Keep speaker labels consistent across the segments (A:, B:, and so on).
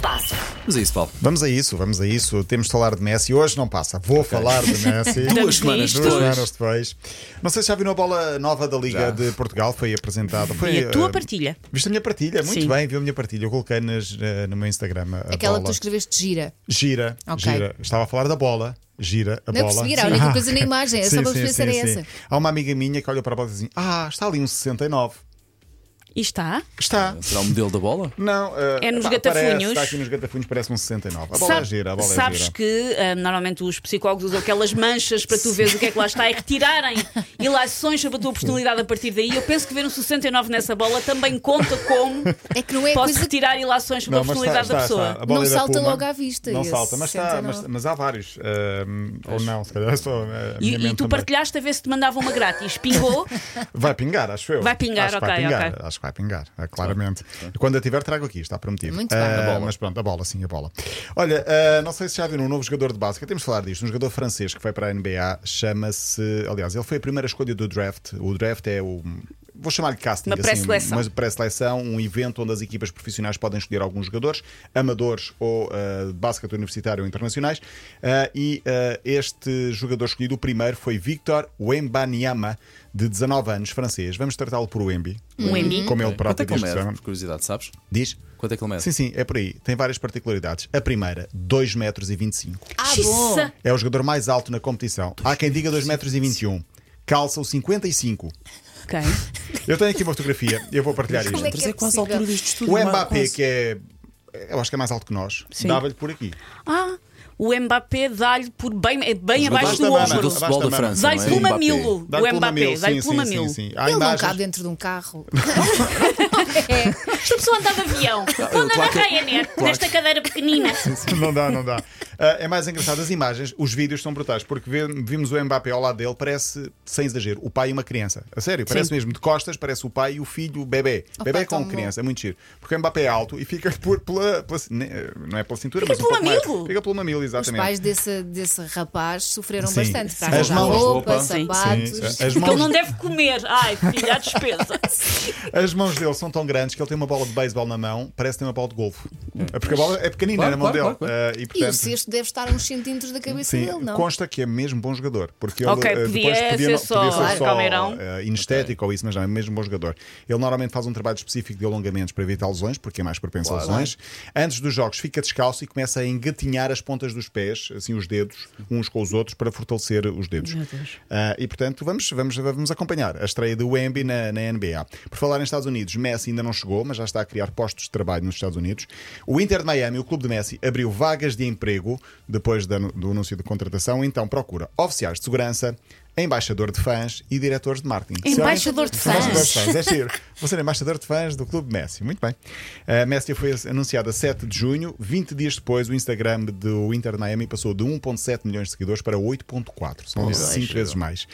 A: passo.
B: Mas é isso, Paulo.
C: Vamos a isso, vamos a isso. Temos de falar de Messi. Hoje não passa. Vou falar de Messi.
B: Duas semanas
C: Duas
B: depois.
C: semanas depois. Não sei se já viram a bola nova da Liga
B: Já.
C: de Portugal, foi apresentada. Foi,
A: E a tua
C: eh,
A: partilha?
C: Viste a minha partilha? Muito
A: Sim.
C: bem, viu a minha partilha. Eu coloquei nas, eh, no meu Instagram. A
D: Aquela que
C: bola.
D: tu escreveste gira.
C: Gira,
D: Ok.
C: gira. Estava a falar da bola. Gira a
D: Não
C: bola.
D: percebi, era a única coisa na imagem, é só
C: Sim,
D: para
C: sim,
D: perceber se era
C: sim, sim.
D: essa.
C: Há uma amiga minha que olha para a bola e diz assim: Ah, está ali um 69.
A: E está?
C: Está.
B: Será o modelo da bola?
C: Não, eh,
A: É nos
C: pá,
A: gatafunhos.
C: Parece, está aqui nos gatafunhos, parece um 69. A bola
A: Sabe-
C: é gira, a bola
A: sabes
C: é gira.
A: que ah, normalmente os psicólogos usam aquelas manchas para tu veres o que é que lá está e retirarem ilações sobre a tua personalidade a partir daí. Eu penso que ver um 69 nessa bola também conta como
D: É que não é
A: posso
D: coisa
A: retirar ilações sobre a
C: mas
A: personalidade
C: está,
A: da
C: está,
A: pessoa.
C: está. A bola
D: Não
C: é da
D: salta
C: Puma.
D: logo à vista,
C: Não
D: esse
C: salta, mas, está,
D: 69.
C: mas, mas há vários. ahm, ou não, se calhar é só. ah, a
A: E,
C: minha
A: e
C: mente
A: tu
C: também.
A: partilhaste a ver se te mandava uma grátis. Pingou.
C: Vai pingar, acho eu.
A: Vai pingar,
C: acho que
A: ok,
C: vai pingar,
A: ok.
C: Acho que vai pingar, ah, claramente. Quando eu tiver, trago aqui, está prometido.
D: Muito bem.
C: Ah,
D: A
B: bola.
C: Mas pronto, a bola, sim, a bola. Olha, ah, não sei se já viram um novo jogador de básica, temos de falar disto. Um jogador francês que foi para a NBA, chama-se. Aliás, ele foi a primeira escolha do draft. O draft é o. Vou chamar-lhe casting.
A: Uma pré-seleção.
C: Assim, uma pré-seleção, um evento onde as equipas profissionais podem escolher alguns jogadores, amadores ou ah, de basquete universitário ou internacionais. Ah, e ah, este jogador escolhido, o primeiro, foi Victor Wembanyama, de 19 anos, francês. Vamos tratá-lo por Wemby.
A: Wemby.
C: Como ele
B: Quanto é
C: próprio
B: que ele
C: diz. que se
B: mede?
C: chama.
B: Por curiosidade, sabes?
C: Diz?
B: Quanto é que ele mede?
C: Sim, sim, é por aí. Tem várias particularidades. A primeira, 2,25 metros. e 25.
D: Ah, bom.
A: Xiça.
C: É o jogador mais alto na competição. Há quem diga 2,21 metros. e 21. Calça o 55.
A: Ok.
C: Eu tenho aqui uma fotografia, eu vou partilhar isto.
D: Como é que
B: Mas é quase a
D: possível?
B: altura disto estudo.
C: O Mbappé, que é. Eu acho que é mais alto que nós,
A: Sim.
C: dava-lhe por aqui.
A: Ah, o Mbappé dá-lhe por bem, é bem abaixo
C: Basta,
A: do
B: jogador
A: ombro.
B: de
C: basta,
B: futebol da
C: basta.
B: França.
A: Dá-lhe
B: não é?
A: pelo
B: Mbappé.
A: mamilo.
C: Dá-lhe
A: O
C: pelo
A: Mbappé,
C: mamilo,
A: dá-lhe
C: sim,
A: pelo
C: sim,
A: mamilo.
C: sim, sim. Há
D: Ele não
C: imagens-
D: cabe dentro de um carro.
A: Esta pessoa anda de avião.
B: eu-
A: Anda na
B: claro que-
A: Ryanair,
B: claro
A: nesta
B: que-
A: cadeira pequenina.
C: Não dá, não dá. Ah, é mais engraçado, as imagens, os vídeos são brutais, porque vê- vimos o Mbappé ao lado dele, parece, sem exagero, o pai e uma criança. A sério, parece mesmo de costas, parece o pai e o filho, o bebê.
D: Opa,
C: bebê com
D: tão bom.
C: criança, é muito giro. Porque o Mbappé é alto e fica por, pela, pela- ne- Não é pela cintura,
A: Fica
C: mas um
A: pelo
C: pouco mais.
A: mamilo.
C: Fica pelo mamilo,
D: Os
C: exatamente.
D: pais desse, desse rapaz sofreram
C: Sim.
D: bastante.
C: Sim.
D: Para
C: As
D: arranjar
C: mãos,
D: roupa,
B: roupa.
C: Sim,
D: sapatos.
C: sim. é. As
A: Porque ele
C: mãos
A: não deve comer. Ai, filha, à despesa.
C: As mãos dele são tão grandes que ele tem uma bola de beisebol na mão, parece que tem uma bola de golfo. É Porque a bola é pequenina
B: Claro,
C: na mão
B: claro,
C: dele.
B: claro,
C: Ah, e,
D: E o
C: portanto,
D: cesto deve estar a uns centímetros da cabeça
C: sim,
D: dele, não?
C: consta que é mesmo bom jogador. Porque ele
A: Ok,
C: ah, depois
A: podia ser
C: não-
A: só calmeirão.
C: ah, inestético ou isso, mas não, é mesmo bom jogador. Ele normalmente faz um trabalho específico de alongamentos para evitar lesões, porque é mais propenso a lesões. Antes dos jogos, fica descalço e começa a engatinhar as pontas dos pés, assim os dedos, uns com os outros, para fortalecer os dedos. Ah, e portanto, vamos, vamos, vamos acompanhar a estreia do Wemby na, na NBA. Por falar em Estados Unidos, Messi ainda não chegou, mas já está a criar postos de trabalho nos Estados Unidos. O Inter de Miami, o clube de Messi, abriu vagas de emprego depois da- do anúncio de contratação, então procura oficiais de segurança. Embaixador de fãs e diretores de marketing.
A: Embaixador de fãs.
C: Embaixador de fãs, é giro. Vou ser embaixador de fãs do Clube Messi. Muito bem. A Messi foi anunciada 7 de junho. 20 dias depois, o Instagram do Inter de Miami passou de 1,7 milhões de seguidores para 8,4. São 5 vezes mais.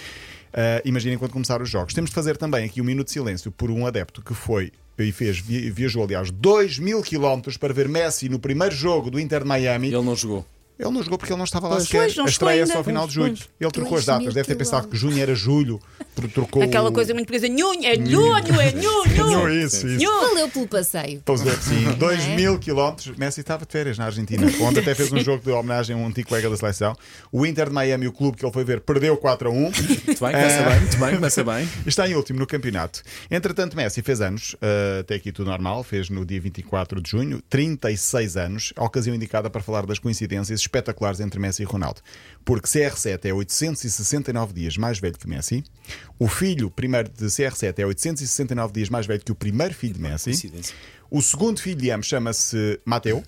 C: Ah, imaginem quando começar os jogos. Temos de fazer também aqui um minuto de silêncio por um adepto que foi e fez, vi- viajou, aliás, 2 mil quilómetros para ver Messi no primeiro jogo do Inter de Miami.
B: Ele não jogou.
C: Ele não jogou porque ele não estava lá
A: Pois,
C: sequer.
A: pois, não
C: a
A: chegou
C: estreia é
A: ainda.
C: só ao final de julho.
A: Pois,
C: Ele trocou as
D: Dois mil
C: datas. Deve ter pensado que
D: quilómetros.
C: junho era julho. tro- Trocou
A: Aquela coisa muito portuguesa. Nhunho, é nhunho, é
C: Não,
A: nhunho.
C: isso, isso.
A: Nhunho.
D: Valeu pelo passeio.
C: Pois é, sim. 2 mil quilómetros. Messi estava de férias na Argentina. Ontem até fez um jogo de homenagem a um antigo colega da seleção. O Inter de Miami, o clube que ele foi ver, perdeu 4 a 1.
B: Muito bem, começa bem, muito bem, começa bem.
C: Está em último no campeonato. Entretanto, Messi fez anos, eh, até aqui tudo normal, fez no dia 24 de junho, 36 anos, a ocasião indicada para falar das coincidências espetaculares entre Messi e Ronaldo. Porque CR7 é 869 dias mais velho que Messi, o filho primeiro de CR7 é 869 dias mais velho que o primeiro filho de Messi,
B: Coincidência.
C: o segundo filho de ambos chama-se Mateu.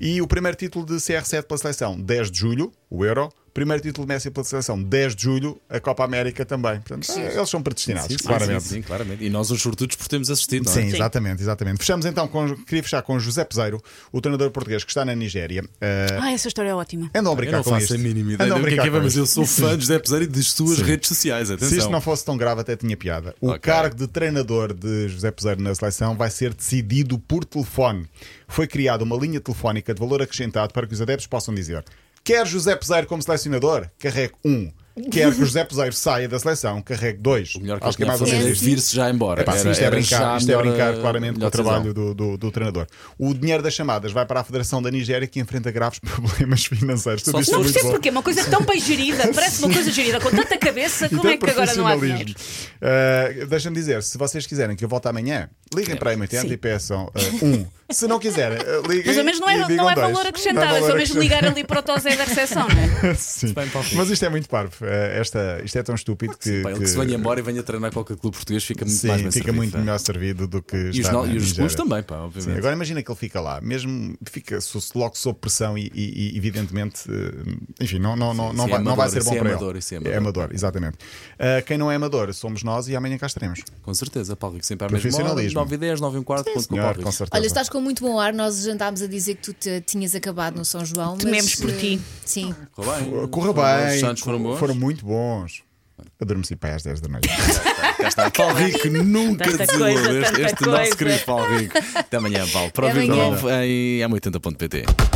C: E o primeiro título de CR7 pela seleção, 10 de julho, o Euro. Primeiro título de Messi pela seleção, 10 de julho, a Copa América também. Portanto, eles são predestinados,
B: Sim, sim,
C: claramente.
B: Sim, sim, claramente. E nós, os sortudos, por termos assistido, não é?
C: Sim, exatamente, exatamente. Fechamos então com. Queria fechar com José Peseiro, o treinador português que está na Nigéria. Eh,
A: Ah, essa história é ótima.
C: andam a
B: Eu
C: brincar
B: não
C: com
B: faço
C: isto.
B: a mínima ideia
C: Andam a
B: do que é
C: brincar
B: que é,
C: com
B: mas
C: isto.
B: eu sou fã de José Peseiro e das suas redes sociais. Atenção.
C: Se isto não fosse tão grave, até tinha piada. O
B: Ok.
C: cargo de treinador de José Peseiro na seleção vai ser decidido por telefone. Foi criada uma linha telefónica de valor acrescentado para que os adeptos possam dizer: Quer José Peseiro como selecionador? Carregue 1. quer que o José Peseiro saia da seleção, carregue dois.
B: O melhor que
C: acho que é mais ou
B: fazer
C: menos
B: é
D: isso.
B: vir-se já embora.
C: Epá, sim,
B: Era-
C: isto é
B: era
C: brincar,
B: já
C: isto é
B: melhor,
C: brincar
B: eh,
C: claramente com o
B: melhor decisão.
C: trabalho do, do- do treinador. O dinheiro das chamadas vai para a Federação da Nigéria que enfrenta graves problemas financeiros. Tudo
B: Só
C: isto
B: se
C: é
A: Não
C: muito
A: percebo
C: bom.
A: porquê, uma coisa tão bem gerida, parece uma coisa gerida com tanta cabeça, como
C: Então,
A: é que agora não há dinheiro?
C: profissionalismo. Uh, Deixa-me dizer, se vocês quiserem que eu volte amanhã, liguem para a M80 e peçam uh, um. Se não quiserem, uh, liguem.
A: Mas ao menos não é,
C: e digam
A: não é
C: dois.
A: valor acrescentado, é só mesmo ligar ali para o Tosé da recepção, não é?
C: Sim.
B: bem palpite.
C: Mas isto é muito parvo. Uh, esta, isto é tão estúpido que.
B: Pá, ele que se venha embora e venha treinar para qualquer clube português fica muito
C: Sim,
B: mais
C: fica
B: bem servido,
C: muito
B: não é?
C: melhor servido do que
B: E os,
C: está
B: no-
C: na
B: e os
C: Nigéria.
B: clubes também, pá, obviamente.
C: Sim, agora imagina que ele fica lá, mesmo fica so- logo sob pressão e, e- e, evidentemente, eh, enfim, não, não, não, não,
B: sim,
C: vai,
B: é
C: não vai
B: amador,
C: ser bom
B: isso é
C: para
B: amador,
C: ele.
B: isso é amador.
C: exatamente. Ah, quem não é amador somos nós e amanhã cá estaremos.
B: Com certeza, Paulo Rico, sempre à mesma hora.
C: Profissionalismo.
B: 9 e 10, 9 e um quarto, conto com o
C: Senhor,
B: Paulo
C: com
B: Rico.
C: certeza.
D: Olha, estás com muito bom ar. Nós jantámos a dizer que tu te- tinhas acabado no São João.
A: Tememos
D: mas,
A: por
D: eh,
A: ti.
D: Sim.
B: Corra bem.
C: Corra
B: Foram-
C: bem,
B: Os Santos foram bons.
C: foram muito bons. Adormeci para aí às 10 da noite.
B: Cá está. Paulo Rico nunca
A: Tanta
B: desilude.
A: coisa,
B: Este,
A: tanta
B: este nosso
A: coisa.
B: querido Paulo Rico. Até amanhã, Paulo. Para
D: Até
B: ouvir de
D: amanhã.
B: novo em m80.pt.